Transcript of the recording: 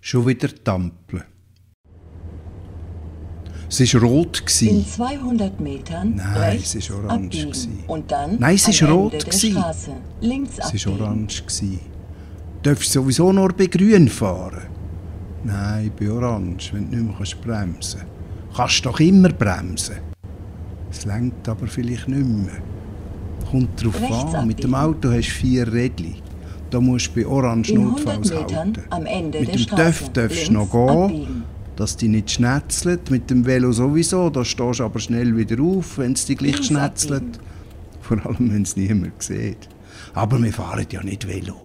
schon wieder tampeln. Es war rot. In Gewesen. 200 Metern Nein, rechts es war orange abbiegen gewesen. und dann Nein, es am ist rot Ende der gewesen. Straße links Es war abbiegen. orange. Gewesen. Darfst du sowieso nur bei grün fahren? Nein, bei orange, wenn du nicht mehr kannst bremsen kannst. Kannst doch immer bremsen. Es lenkt aber vielleicht nicht mehr. Kommt drauf Rechts an, mit dem abbiegen. Auto hast du vier Rädli. Da musst du bei orange In notfalls 100 Metern halten. am Ende mit der dem Straße Töff darfst du noch links gehen, abbiegen. dass die nicht schnetzelt. Mit dem Velo sowieso, da stehst du aber schnell wieder auf, wenn es dich gleich Links schnetzelt. abbiegen. Vor allem, wenn es niemand sieht. Aber wir fahren ja nicht Velo.